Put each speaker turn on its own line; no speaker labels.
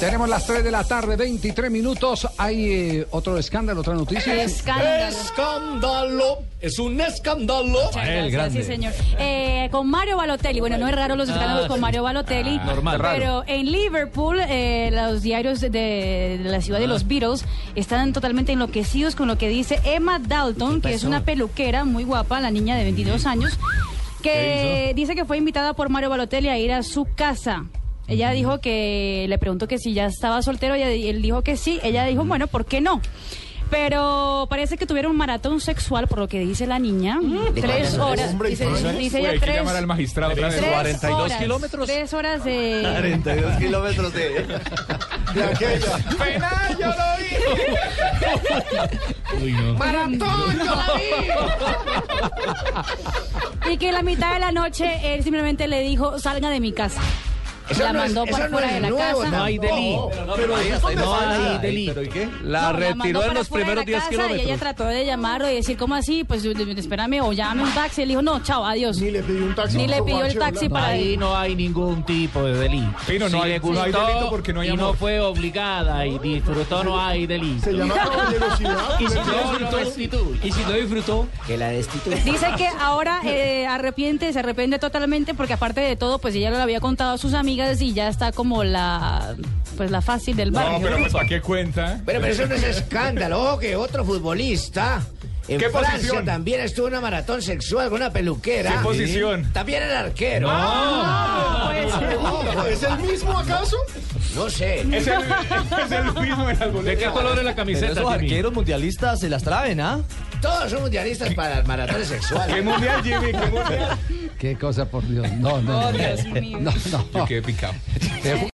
Tenemos las 3 de la tarde, 23 minutos. Hay eh, otro escándalo, otra noticia.
Escándalo.
Escándalo, es un escándalo.
Gracias, sí, señor. Eh, con Mario Balotelli. Bueno, no es raro los escándalos con Mario Balotelli. normal. Pero en Liverpool, eh, los diarios de, de la ciudad de los Beatles están totalmente enloquecidos con lo que dice Emma Dalton, que es una peluquera muy guapa, la niña de 22 años, que dice que fue invitada por Mario Balotelli a ir a su casa. Ella dijo que le preguntó que si ya estaba soltero y él dijo que sí. Ella dijo, bueno, ¿por qué no? Pero parece que tuvieron un maratón sexual, por lo que dice la niña. Tres horas. dice dice ella tres,
magistrado otra
tres horas, Tres horas de...
42 kilómetros de, de aquello. ¡Penal, yo lo vi! ¡Maratón, yo lo
Y que la mitad de la noche él simplemente le dijo, salga de mi casa.
Eso
la
no es-
mandó
eso
para
no
fuera
es
de la
nuevo,
casa.
no hay delito.
No,
Pero ahí está, ahí está.
¿y qué?
No, mandó para fuera de la casa Y ella trató de llamarlo y decir, ¿cómo así? Pues espérame o llame un taxi. Él dijo, no, chao, adiós.
Ni le pidió un taxi.
Ni le pidió el taxi para
Ahí
ir.
no hay ningún tipo de delito.
Pero
Si
no hay-
le
no hay
gustó
delito porque no hay
y no
amor.
fue obligada y disfrutó, no hay delito.
Se llama caballerosidad.
Y si
pero-
no disfrutó, y si no disfrutó,
Dice que ahora eh, arrepiente, se arrepiente totalmente porque aparte de todo, pues ella lo había contado a sus amigas y ya está como la pues la fácil del barrio.
No, pero pues ¿para qué cuenta?
Bueno, pero eso no es escándalo. Ojo que otro futbolista. En
¿Qué
Francia
posición?
también estuvo una maratón sexual con una peluquera.
¿Qué posición?
También el arquero. Ah.
Ojo, ¿Es el mismo acaso?
No sé.
Es el, es el mismo en algún
¿de qué color es la camiseta? Jimmy?
mundialistas se las traen, ¿ah? Todos son mundialistas para maratones
¿Qué
sexuales.
mundial, Jimmy? ¿Qué mundial?
Oh,
Qué cosa, por Dios. No, no, no.
Dios mío.
No, no.
Qué picado.
Te-